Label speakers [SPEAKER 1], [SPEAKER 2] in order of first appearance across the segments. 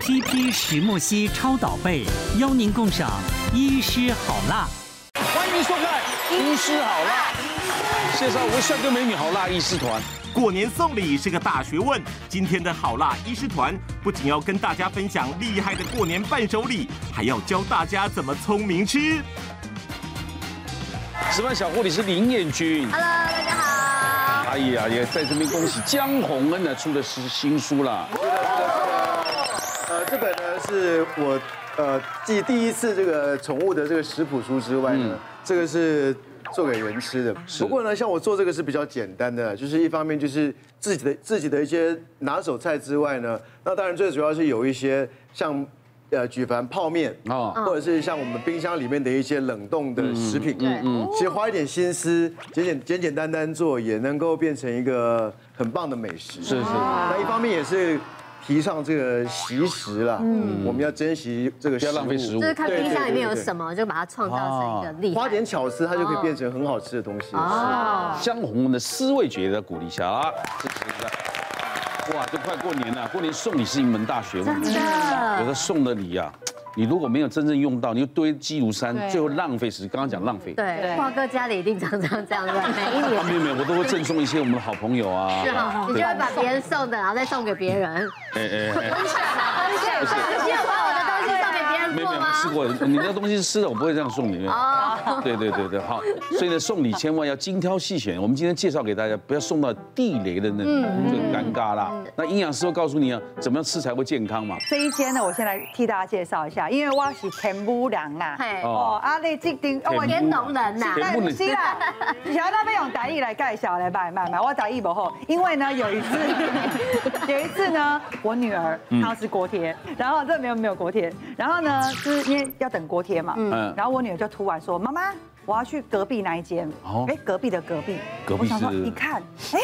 [SPEAKER 1] CP 石墨烯超导被，邀您共赏医师好辣。
[SPEAKER 2] 欢迎收看《巫师好辣》，介绍我们帅哥美女好辣医师团。
[SPEAKER 3] 过年送礼是个大学问。今天的好辣医师团不仅要跟大家分享厉害的过年伴手礼，还要教大家怎么聪明吃。
[SPEAKER 2] 值班小护理是林彦君。
[SPEAKER 4] Hello，大家好。
[SPEAKER 2] 哎呀，也在这边恭喜江宏恩呢啊出的是新书啦。
[SPEAKER 5] 呃，这本呢是我呃继第一次这个宠物的这个食谱书之外
[SPEAKER 4] 嗯
[SPEAKER 5] 呢，这个是做给人吃的。不过呢，像我做这个是比较简单的啦，就是一方面就是自己的自己的一些拿手菜之外呢，那当然最主要是有一些像。呃，举凡泡面
[SPEAKER 2] 哦
[SPEAKER 5] 啊，或者是像我们冰箱里面的一些冷冻的食品，
[SPEAKER 4] 对嗯
[SPEAKER 5] 其实花一点心思，简简简简单单做，也能够变成一个很棒的美食。
[SPEAKER 2] 是是
[SPEAKER 5] 那一方面也是提倡这个习食啦，嗯，我们要珍惜这个
[SPEAKER 2] 不
[SPEAKER 5] 食
[SPEAKER 2] 要
[SPEAKER 5] 物，
[SPEAKER 2] 浪费食物
[SPEAKER 4] 就是看冰箱里面有什么，就把它创造成一个厉害。
[SPEAKER 5] 花点巧思，它就可以变成很好吃的东西。
[SPEAKER 6] 啊
[SPEAKER 4] 哦，
[SPEAKER 2] 江宏恩的思维觉的鼓励一下啊，支持一下。哇，这快过年了，过年送礼是一门大学问。
[SPEAKER 4] 真
[SPEAKER 2] 有
[SPEAKER 4] 的。
[SPEAKER 2] 的送的礼啊，你如果没有真正用到，你就堆积如山，最后浪费时。刚刚讲浪费。
[SPEAKER 4] 对，华哥家里一定常常这样子，每一
[SPEAKER 2] 啊，没有
[SPEAKER 4] 年。
[SPEAKER 2] 没有，我都会赠送一些我们的好朋友啊。
[SPEAKER 4] 是哈，你就会把别人送的，然后再送给别人。
[SPEAKER 2] 哎哎哎，
[SPEAKER 4] 不是，你有把我的东西送给别人
[SPEAKER 2] 没有
[SPEAKER 4] 过
[SPEAKER 2] 没有，
[SPEAKER 4] 吗？
[SPEAKER 2] 吃过，你那东西是吃的，我不会这样送你。
[SPEAKER 4] 哦，
[SPEAKER 2] 对对对对，好，所以呢，送礼千万要精挑细选。我们今天介绍给大家，不要送到地雷的那种，就很尴尬啦。那营养师会告诉你啊，怎么样吃才会健康嘛。
[SPEAKER 6] 这一间呢，我先来替大家介绍一下，因为我是田母人啊，
[SPEAKER 4] 嘿
[SPEAKER 6] 哦，啊，你这顶
[SPEAKER 2] 田母
[SPEAKER 4] 天农人呐，
[SPEAKER 2] 田母人
[SPEAKER 6] 是啦，想要那边用台语来介绍，来买买买，
[SPEAKER 2] 嗯
[SPEAKER 6] 我台语不好，因为呢有 一次，有一次呢，我女儿
[SPEAKER 2] 嗯
[SPEAKER 6] 她要吃锅贴，然后这没有没有锅贴，然后呢就是因为要等锅贴嘛，
[SPEAKER 2] 嗯
[SPEAKER 6] 嗯，然后我女儿就突然说，妈妈，我要去隔壁那一间
[SPEAKER 2] 哦，
[SPEAKER 6] 哎，隔壁的隔壁，
[SPEAKER 2] 隔壁
[SPEAKER 6] 我想说
[SPEAKER 2] 是
[SPEAKER 6] 一看，哎，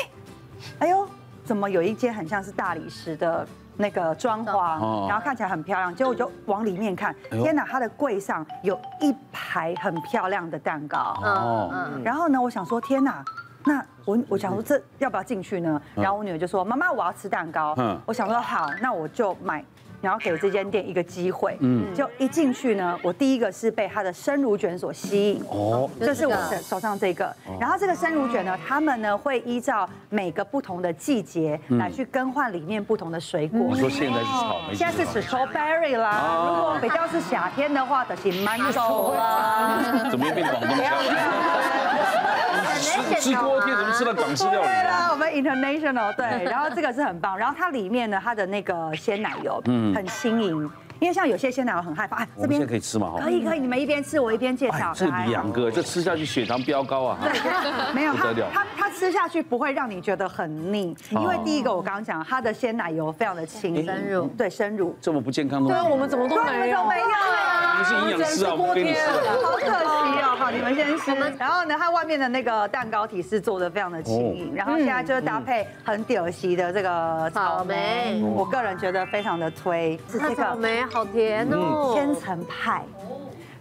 [SPEAKER 6] 哎呦，怎么有一间很像是大理石的那个装
[SPEAKER 2] 哦
[SPEAKER 6] 潢，然后看起来很漂亮，结果我就往里面看，
[SPEAKER 2] 哎呦
[SPEAKER 6] 天哪，它的柜上有一排很漂亮的蛋糕，
[SPEAKER 2] 哦，
[SPEAKER 6] 然后呢，我想说天哪。那我我想说这要不要进去呢？然后我女儿就说：“妈妈，我要吃蛋糕。”
[SPEAKER 2] 嗯
[SPEAKER 6] 我想说好，那我就买，然后给这间店一个机会。
[SPEAKER 2] 嗯
[SPEAKER 6] 嗯，就一进去呢，我第一个是被它的生乳卷所吸引。
[SPEAKER 2] 哦，
[SPEAKER 6] 这是我手手上这个，然后这个生乳卷呢，他们呢会依照每个不同的季节来去更换里面不同的水果。
[SPEAKER 2] 嗯
[SPEAKER 6] 哦
[SPEAKER 2] 你说现在是草莓，
[SPEAKER 6] 现在是 strawberry 啦，
[SPEAKER 2] 哦
[SPEAKER 6] 如果比较是夏天的话，就是芒果啦。
[SPEAKER 2] 怎么又变广东腔
[SPEAKER 4] 很
[SPEAKER 2] 了？吃锅贴怎么吃到港式料理
[SPEAKER 6] 对
[SPEAKER 2] 啊？
[SPEAKER 6] 啦，我们 international 对，然后这个是很棒，然后它里面呢，它的那个鲜奶油，嗯，很轻盈，因为像有些鲜奶油很害怕，哎
[SPEAKER 2] 我们现在可以吃吗？哈
[SPEAKER 6] 可，以可以，你们一边吃我一边介
[SPEAKER 2] 哎
[SPEAKER 6] 绍，
[SPEAKER 2] 这
[SPEAKER 6] 来
[SPEAKER 2] 两个这吃下去血糖飙高啊！
[SPEAKER 6] 对，没有
[SPEAKER 2] 不得
[SPEAKER 6] 它
[SPEAKER 2] 了
[SPEAKER 6] 它它吃下去不会让你觉得很腻，
[SPEAKER 2] 哦
[SPEAKER 6] 因为第一个我刚刚讲它的鲜奶油非常的轻，
[SPEAKER 4] 深入
[SPEAKER 6] 对深入，
[SPEAKER 2] 这么不健康的东西，
[SPEAKER 7] 我们怎么都
[SPEAKER 6] 对，我们都没有啊。
[SPEAKER 2] 不是营养师啊，我跟你说，
[SPEAKER 6] 好可惜
[SPEAKER 4] 嗯
[SPEAKER 6] 哦，好，你们先吃。然后呢，它外面的那个蛋糕体是做的非常的轻
[SPEAKER 2] 哦
[SPEAKER 6] 盈，然后现在就是搭配很屌席的这个草莓
[SPEAKER 4] 草，
[SPEAKER 6] 我个人觉得非常的推，是这
[SPEAKER 4] 那草
[SPEAKER 6] 个
[SPEAKER 4] 莓好甜哦，
[SPEAKER 6] 千层派。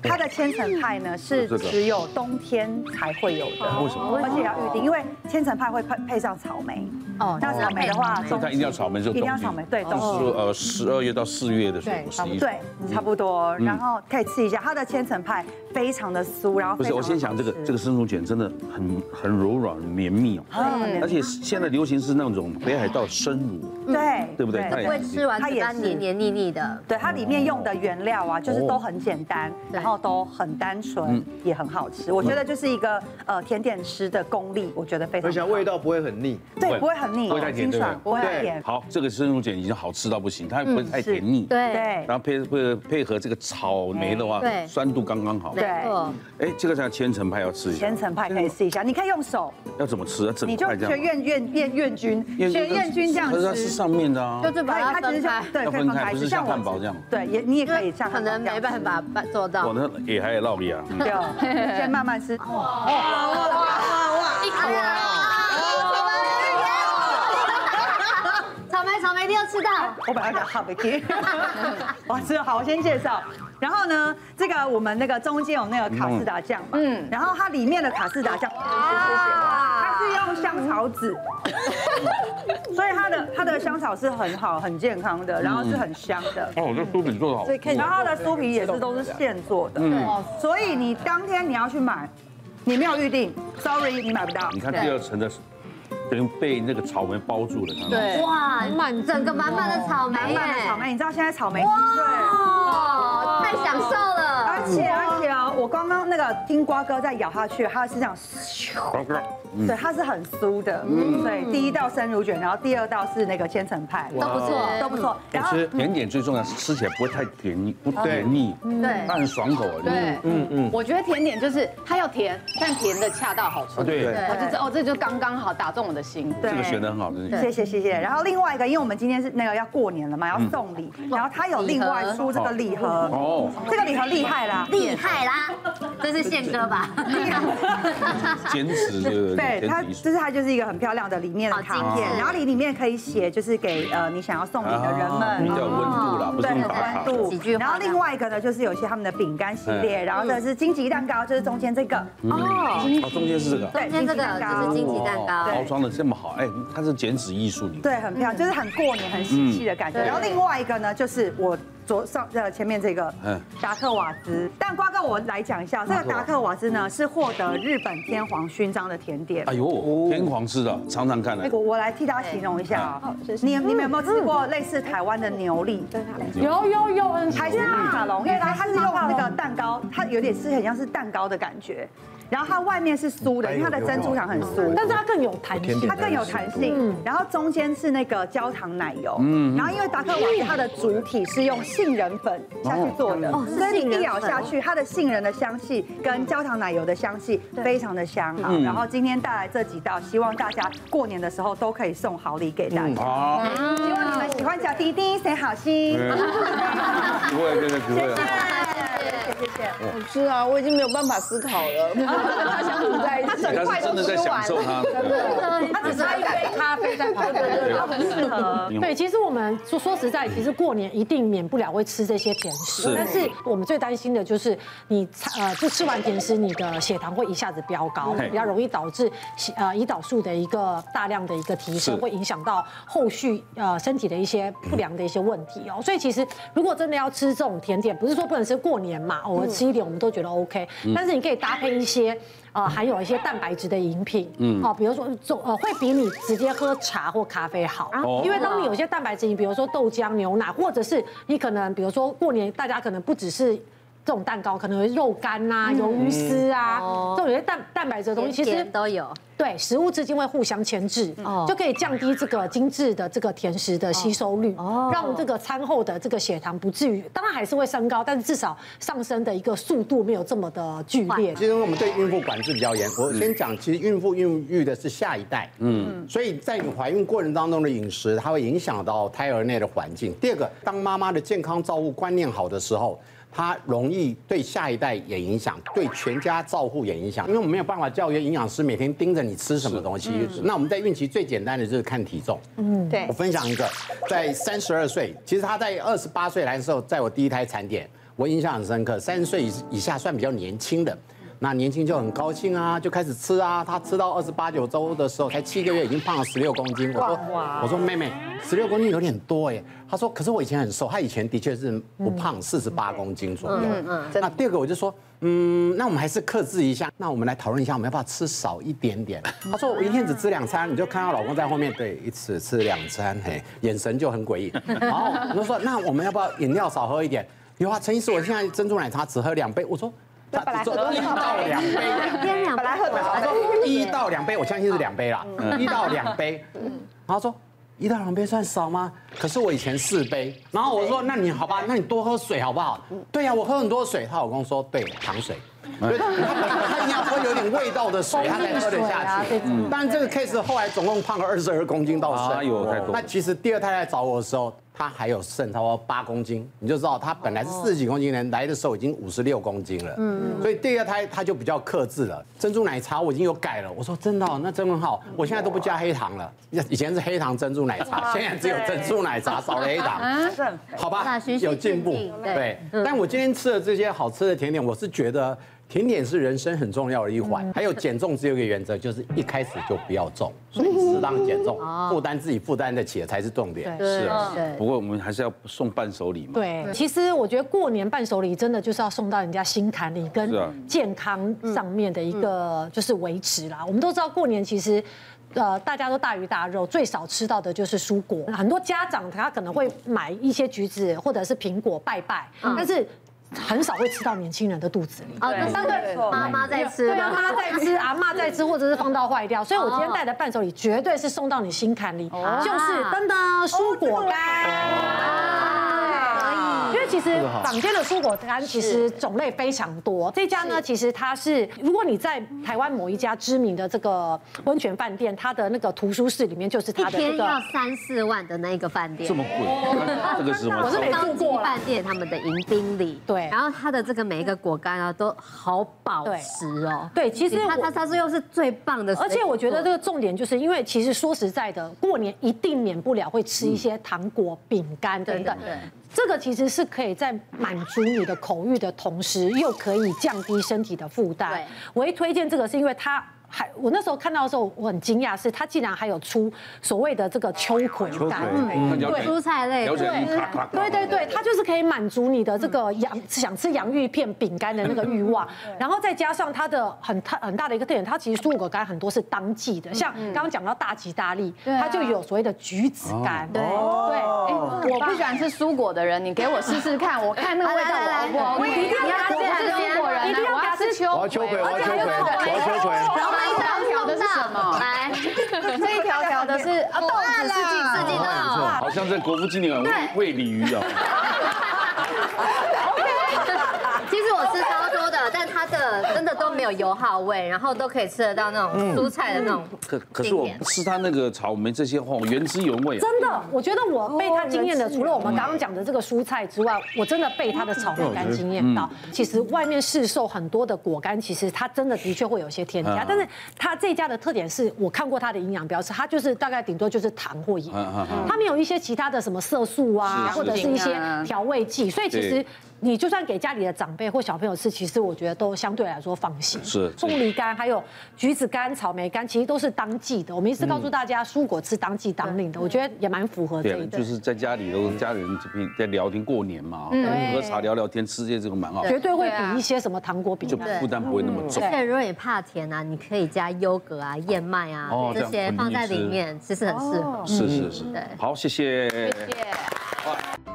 [SPEAKER 6] 它的千层派呢是
[SPEAKER 2] 这个
[SPEAKER 6] 只有冬天才会有的，
[SPEAKER 2] 哦为什么
[SPEAKER 6] 而且要预定，因为千层派会配配上草莓。
[SPEAKER 4] 哦
[SPEAKER 6] 那草莓的话，
[SPEAKER 2] 所以它一定要草莓，就
[SPEAKER 6] 一定要草莓，对，冬
[SPEAKER 2] 就是
[SPEAKER 6] 季。
[SPEAKER 2] 说呃十二月到四月的水果，十一
[SPEAKER 6] 对，差不多。
[SPEAKER 2] 嗯
[SPEAKER 6] 然后可以吃一下它的千层派，非常的酥，然后
[SPEAKER 2] 不
[SPEAKER 6] 非
[SPEAKER 2] 是，
[SPEAKER 6] 常
[SPEAKER 2] 我
[SPEAKER 6] 的
[SPEAKER 2] 先想这个
[SPEAKER 6] 好吃
[SPEAKER 2] 这个生乳卷真的很很柔软、很绵密哦，
[SPEAKER 6] 嗯
[SPEAKER 2] 而且现在流行是那种北海道生乳，
[SPEAKER 6] 对
[SPEAKER 2] 对不对它也
[SPEAKER 4] 会吃完就干黏黏腻腻的。
[SPEAKER 6] 对它里面用的原料啊，就是都很简单，
[SPEAKER 4] 对
[SPEAKER 6] 然后都很单纯，也很好吃。我觉得就是一个呃甜点师的功力，我觉得非常
[SPEAKER 5] 而且
[SPEAKER 6] 好。
[SPEAKER 5] 味道不会很腻，
[SPEAKER 6] 对不会很腻，
[SPEAKER 2] 不会太甜
[SPEAKER 6] 清爽，不会太
[SPEAKER 5] 对
[SPEAKER 6] 甜。
[SPEAKER 2] 好，这个生乳卷已经好吃到不行，它也不会太
[SPEAKER 6] 嗯是
[SPEAKER 2] 甜腻，
[SPEAKER 4] 对
[SPEAKER 6] 对哎
[SPEAKER 2] 然后配配配合这个草莓的话
[SPEAKER 4] 对，
[SPEAKER 2] 酸度刚刚好。
[SPEAKER 6] 对哦
[SPEAKER 4] 没错
[SPEAKER 2] 哎，这个叫千层派要吃一下
[SPEAKER 6] 千，层派可以试一下，你可以用手，
[SPEAKER 2] 要怎么吃？要整
[SPEAKER 6] 你就
[SPEAKER 2] 块这
[SPEAKER 6] 学
[SPEAKER 2] 样吗。
[SPEAKER 6] 院院院院军，学院军这样
[SPEAKER 2] 可是它是
[SPEAKER 6] 吃。
[SPEAKER 2] 上面的啊，
[SPEAKER 4] 就是把它分开，
[SPEAKER 6] 对，
[SPEAKER 2] 要
[SPEAKER 6] 可以
[SPEAKER 2] 分
[SPEAKER 6] 分
[SPEAKER 2] 开
[SPEAKER 6] 开
[SPEAKER 2] 不
[SPEAKER 6] 吃，
[SPEAKER 2] 是像
[SPEAKER 6] 我
[SPEAKER 2] 汉堡这样
[SPEAKER 6] 对，也你也可以像
[SPEAKER 4] 可
[SPEAKER 6] 汉堡
[SPEAKER 4] 能
[SPEAKER 6] 这样
[SPEAKER 4] 没办法办做
[SPEAKER 2] 哇，
[SPEAKER 4] 到。
[SPEAKER 2] 那也还有道理啊。
[SPEAKER 6] 对哦，先慢慢吃。
[SPEAKER 8] 哦
[SPEAKER 4] 草莓，草莓一定要吃到。
[SPEAKER 6] 我本来讲好 b e 哇，这 好，我先介绍。然后呢，这个我们那个中间有那个卡士达酱嘛，嗯，然后它里面的卡士达酱，它是是用香草籽， 所以它的它的香草是很好、很健康
[SPEAKER 2] 嗯
[SPEAKER 6] 的，然后是很香的。
[SPEAKER 2] 哦，这酥饼做的好，嗯
[SPEAKER 7] 所以看起
[SPEAKER 6] 然
[SPEAKER 7] 来
[SPEAKER 6] 后它的酥皮也是都是现做的，所以你当天你要去买，你没有预定，sorry，你买不到
[SPEAKER 2] 你。看第二层的，等于被那个草莓包住了，看到吗，
[SPEAKER 7] 对，
[SPEAKER 4] 哇，
[SPEAKER 7] 满
[SPEAKER 4] 整个满满的草莓
[SPEAKER 6] 满
[SPEAKER 4] 耶，
[SPEAKER 6] 满的草莓，你知道现在草莓对。
[SPEAKER 4] 哇，太享受了，
[SPEAKER 6] 而
[SPEAKER 2] 嗯
[SPEAKER 6] 且而且哦，我刚刚那个听瓜哥在咬下去，它是这样，
[SPEAKER 2] 嗯
[SPEAKER 6] 对，它是很酥的，对，第一道生乳卷，然后第二道是那个千层派，
[SPEAKER 4] 都不错，
[SPEAKER 6] 都不错。然
[SPEAKER 2] 好
[SPEAKER 6] 后
[SPEAKER 2] 哎吃甜点最重要是吃起来不会太甜腻，不甜腻，
[SPEAKER 4] 对
[SPEAKER 2] 它很爽口啊，
[SPEAKER 9] 对，嗯嗯，我觉得甜点就是它要甜，但甜的恰到好处。
[SPEAKER 2] 啊对，
[SPEAKER 9] 我就知道哦，这就刚刚好打中我的心。
[SPEAKER 6] 对
[SPEAKER 2] 这个选的很好，真的。
[SPEAKER 6] 谢谢谢谢。然后另外一个，因为我们今天是那个要过年了嘛，要送礼，然后他有另外出这个礼盒，
[SPEAKER 2] 嗯哦，
[SPEAKER 6] 这个礼盒厉害啦，
[SPEAKER 4] 厉害啦，这是宪哥吧？
[SPEAKER 2] 减脂这个
[SPEAKER 6] 对，它
[SPEAKER 2] 减脂艺术
[SPEAKER 6] 就是它就是一个很漂亮的里面的卡
[SPEAKER 4] 好精
[SPEAKER 6] 片，
[SPEAKER 4] 致
[SPEAKER 6] 然后你里面可以写就是给呃你想要送礼的人
[SPEAKER 2] 啊比
[SPEAKER 6] 们。嗯
[SPEAKER 2] 较有温度啦，不是
[SPEAKER 6] 对，
[SPEAKER 2] 那么
[SPEAKER 6] 有
[SPEAKER 2] 打
[SPEAKER 6] 温
[SPEAKER 2] 卡的。
[SPEAKER 6] 度
[SPEAKER 4] 几句。话
[SPEAKER 6] 然后另外一个呢，就是有一些他们的饼干系列，
[SPEAKER 2] 嗯
[SPEAKER 6] 然后这是荆棘蛋糕，就是中间这个，
[SPEAKER 4] 哦，
[SPEAKER 2] 哦，中间是这个，
[SPEAKER 4] 中间这个就是荆棘蛋
[SPEAKER 2] 哦
[SPEAKER 4] 糕，
[SPEAKER 2] 包装的这么好，哎，它是减脂艺术，你
[SPEAKER 6] 对，很漂亮，就是很过年、很喜气的感觉。
[SPEAKER 9] 嗯
[SPEAKER 6] 然后另外一个呢，就是我左上呃前面这个
[SPEAKER 2] 嗯
[SPEAKER 6] 达克瓦兹，但瓜哥我来讲一下，这个达克瓦兹呢是获得日本天皇勋章的甜点
[SPEAKER 2] 哎。呦，天皇吃的，尝尝看来。啊
[SPEAKER 6] 我我来替大家形容一下
[SPEAKER 2] 哎
[SPEAKER 6] 啊，你你们有没有吃
[SPEAKER 2] 嗯
[SPEAKER 6] 过类似台湾的牛粒？
[SPEAKER 9] 有有有，很
[SPEAKER 6] 还是马卡龙，因为它嗯它是用那个蛋糕，它有点是很像是蛋糕的感觉，然后它外面是酥的，因为它的珍珠糖很酥。
[SPEAKER 7] 但是它更有弹性。
[SPEAKER 6] 它更有弹性，然后中间是那个焦糖奶油，嗯，然后因为达克瓦斯它的主体是用杏仁粉下去做的，所以你一咬下去，它的杏仁的香气跟焦糖奶油的香气非常的香啊。然后今天带来这几道，希望大家过年的时候都可以送好礼给大家。
[SPEAKER 2] 好，
[SPEAKER 6] 希望你们喜欢小弟弟，谁好 心。
[SPEAKER 2] 不会，真的不会。啊
[SPEAKER 7] 好吃啊，我已经没有办法思考了，跟它相处在一起。
[SPEAKER 2] 他是真的在享受它。
[SPEAKER 7] 它只差一杯咖啡在旁边。
[SPEAKER 6] 适合。
[SPEAKER 7] 对，其实我们说说实在，其实过年一定免不了会吃这些甜食
[SPEAKER 2] 是，
[SPEAKER 7] 但是我们最担心的就是你呃不吃完甜食，你的血糖会一下子飙高，
[SPEAKER 2] 嗯
[SPEAKER 7] 比较容易导致血呃胰岛素的一个大量的一个提
[SPEAKER 2] 是
[SPEAKER 7] 升，会影响到后续呃身体的一些不良的一些问题哦。所以其实如果真的要吃这种甜点，不是说不能吃过年嘛，偶尔吃一点我们都觉得 OK，但是
[SPEAKER 2] 嗯
[SPEAKER 7] 你可以搭配一些。呃，含有一些蛋白质的饮品，嗯，哦，比如说总呃，会比你直接喝茶或咖啡好，
[SPEAKER 2] 哦
[SPEAKER 7] 因为当你有些蛋白质，你比如说豆浆、牛奶，或者是你可能比如说过年，大家可能不只是。这种蛋糕可能有肉干啊、鱿
[SPEAKER 2] 嗯
[SPEAKER 7] 鱼丝啊，这种有些蛋蛋白质的东西，其实
[SPEAKER 4] 甜嗯都有，
[SPEAKER 7] 对，食物之间会互相牵制，就可以降低这个精致的这个甜食的吸收率，哦让这个餐后的这个血糖不至于，当然还是会升高，但是至少上升的一个速度没有这么的剧烈。
[SPEAKER 8] 其实我们对孕妇管制比较严。我先讲，其实孕妇孕育的是下一代，嗯，所以在你怀孕过程当中的饮食，它会影响到胎儿内的环境。第二个，当妈妈的健康照顾观念好的时候。它容易对下一代也影响，对全家照护也影响，因为我们没有办法教育营养师每天盯着你吃什么东西。那我们在孕期最简单的就是看体重，
[SPEAKER 6] 对
[SPEAKER 8] 我分享一个，在三十二岁，其实他在二十八岁来的时候，在我第一胎产检，我印象很深刻。三十岁以以下算比较年轻的，那年轻就很高兴啊，就开始吃啊。他吃到二十八九周的时候，才七个月，已经胖了十六公斤。我说，我说妹妹，十六公斤有点多耶。他说，可是我以前很瘦，他以前的确是不胖，四十八公斤左右。那第二个我就说，嗯，那我们还是克制一下，那我们来讨论一下，我们要不要吃少一点点？她说我一天只吃两餐，你就看到老公在后面对一次吃两餐，嘿，眼神就很诡异。然后我就说，那我们要不要饮料少喝一点？有啊，陈医师，我现在珍珠奶茶只喝两杯。我说。他只做一到两杯，
[SPEAKER 4] 天两
[SPEAKER 6] 本来喝
[SPEAKER 8] 他说一到两杯，我相信是两杯啦，
[SPEAKER 2] 嗯
[SPEAKER 8] 一到两杯。然后说一到两杯算少吗？可是我以前四杯。然后我说那你好吧，那你多喝水好不好？对呀、我喝很多水。她老公说对，糖水。
[SPEAKER 2] 嗯
[SPEAKER 8] 对他他一定要喝有点味道的 水，他才喝得下去。当然，这个 case 后来总共胖了二十二公斤到身。
[SPEAKER 2] 哎呦太多了
[SPEAKER 8] 那其实第二胎来找我的时候，她还有剩差不多八公斤，你就知道她本来是四十几公斤的人，来的时候已经五十六公斤了。嗯，所以第二胎她就比较克制了。珍珠奶茶我已经有改了，我说真的、哦，那真很好，我现在都不加黑糖了，以前是黑糖珍珠奶茶，现在只有珍珠奶茶少了黑糖。好吧
[SPEAKER 4] 啊那循，序
[SPEAKER 8] 有进步
[SPEAKER 4] 渐进。对
[SPEAKER 8] 对，
[SPEAKER 4] 嗯
[SPEAKER 8] 但我今天吃的这些好吃的甜点，我是觉得。甜点是人生很重要的一
[SPEAKER 4] 嗯
[SPEAKER 8] 环。还有减重只有一个原则，就是一开始就不要重，所以适当减重，负担自己负担得起的才是啊重点。
[SPEAKER 4] 嗯哦对对，
[SPEAKER 2] 不过我们还是要送伴手礼嘛。
[SPEAKER 7] 对，其实我觉得过年伴手礼真的就是要送到人家心坎里，跟
[SPEAKER 2] 是啊
[SPEAKER 7] 健康上面的一个就是维持啦。我们都知道过年其实。呃，大家都大鱼大肉，最少吃到的就是蔬果。很多家长他可能会买一些橘子或者是苹果拜拜，但是很少会吃到年轻人的肚子里。
[SPEAKER 4] 哦，那
[SPEAKER 6] 对对
[SPEAKER 4] 是
[SPEAKER 6] 对
[SPEAKER 4] 妈妈在吃
[SPEAKER 7] 对啊，哦
[SPEAKER 4] 吗？
[SPEAKER 7] 妈在 吃，阿妈在吃，或者是放到坏掉。所以我今天带的伴手礼绝对是送到你心坎里，就是噔噔蔬果干。
[SPEAKER 4] 嗯
[SPEAKER 7] 因为其实坊间的蔬果干其实种类非常多，这家呢其实它是，如果你在台湾某一家知名的这个温泉饭店，它的那个图书室里面就是
[SPEAKER 4] 一
[SPEAKER 7] 它的这
[SPEAKER 4] 天
[SPEAKER 7] 个
[SPEAKER 4] 要三四万的那一个饭店
[SPEAKER 2] 这。么贵，
[SPEAKER 4] 哦
[SPEAKER 2] 那这个是什么？
[SPEAKER 7] 我是没
[SPEAKER 4] 高
[SPEAKER 7] 住
[SPEAKER 4] 级
[SPEAKER 7] 过啦
[SPEAKER 4] 饭店他们的迎宾礼，
[SPEAKER 7] 对
[SPEAKER 4] 然后它的这个每一个果干啊都好保
[SPEAKER 7] 对
[SPEAKER 4] 持哦，
[SPEAKER 7] 对其实
[SPEAKER 4] 它
[SPEAKER 7] 我
[SPEAKER 4] 它它是又是最棒的水果，呃
[SPEAKER 7] 而且我觉得这个重点就是因为，其实说实在的，过年一定免不了会吃一些糖果、饼干等等。这个其实是可以在满足你的口欲的同时，又可以降低身体的负担
[SPEAKER 4] 对。
[SPEAKER 7] 我会推荐这个，是因为它还我那时候看到的时候，我很惊讶，是它竟然还有出所谓的这个秋葵干。
[SPEAKER 6] 嗯
[SPEAKER 2] 看起来
[SPEAKER 4] 蔬菜类
[SPEAKER 2] 了解你咔咔咔
[SPEAKER 7] 对对对，它就是可以满足你的这个洋想吃洋芋片、饼干的那个欲望，然后再加上它的很大很大的一个特点，它其实蔬果干很多是当季的，像刚刚讲到大吉大利，
[SPEAKER 9] 啊
[SPEAKER 7] 它就有所谓的橘子干，对
[SPEAKER 9] 哎
[SPEAKER 7] 对，
[SPEAKER 9] 我不喜欢吃蔬果的人，你给我试试看，我看那个味道我 OK 不 OK？
[SPEAKER 4] 我一定要
[SPEAKER 9] 我
[SPEAKER 4] 给他
[SPEAKER 9] 是
[SPEAKER 4] 吃
[SPEAKER 9] 蔬果人啊，
[SPEAKER 4] 一定
[SPEAKER 7] 要
[SPEAKER 9] 我
[SPEAKER 7] 给
[SPEAKER 9] 要
[SPEAKER 7] 他
[SPEAKER 9] 吃
[SPEAKER 7] 吃
[SPEAKER 9] 秋
[SPEAKER 5] 我要秋葵，
[SPEAKER 6] 啊
[SPEAKER 5] 我要秋葵，我要秋葵。
[SPEAKER 4] 然后那一条条
[SPEAKER 9] 的是什么
[SPEAKER 4] 来，
[SPEAKER 9] 这一条条的是啊豆子是禁
[SPEAKER 4] 自己弄，
[SPEAKER 2] 好像在国父纪念馆喂喂鲤鱼 啊。
[SPEAKER 4] 其实我吃超多的，但它的真的都没有油耗味，然后都可以吃得到那
[SPEAKER 2] 嗯
[SPEAKER 4] 种蔬菜的那种。
[SPEAKER 2] 可可是我吃他那个草莓这些话，我原汁原味啊。
[SPEAKER 7] 真的，我觉得我被他惊艳的，除了我们刚刚讲的这个蔬菜之外，我真的被他的草
[SPEAKER 2] 嗯
[SPEAKER 7] 莓干惊艳到。其实外面市售很多的果干，其实它真的的确会有一些添加
[SPEAKER 2] 嗯，
[SPEAKER 7] 但是它这家的特点是我看过它的营养标识，它就是大概顶多就是糖或盐
[SPEAKER 2] 嗯嗯，
[SPEAKER 7] 它没有一些其他的什么色素啊，
[SPEAKER 2] 是
[SPEAKER 7] 或者是一些调味剂，所以其实
[SPEAKER 2] 对。
[SPEAKER 7] 你就算给家里的长辈或小朋友吃，其实我觉得都相对来说放心。
[SPEAKER 2] 是
[SPEAKER 7] 凤梨干还有橘子干、草莓干，其实都是当季的。我们一直告
[SPEAKER 9] 嗯
[SPEAKER 7] 诉大家，蔬果吃当季当令的，我觉得也蛮符合这
[SPEAKER 2] 对
[SPEAKER 7] 一，
[SPEAKER 2] 就
[SPEAKER 7] 点。
[SPEAKER 2] 是在家里头，家里人这边在聊天，过年嘛，哦喝茶聊聊天，吃些这个蛮好，
[SPEAKER 7] 绝对会
[SPEAKER 9] 对啊
[SPEAKER 7] 比一些什么糖果饼
[SPEAKER 2] 就
[SPEAKER 7] 干。
[SPEAKER 2] 负担不会那么重。
[SPEAKER 4] 而且如果你怕甜啊，你可以加优格啊、燕麦啊
[SPEAKER 2] 哦
[SPEAKER 4] 这些放在里面，其实很适合。
[SPEAKER 2] 是是是，好，谢谢。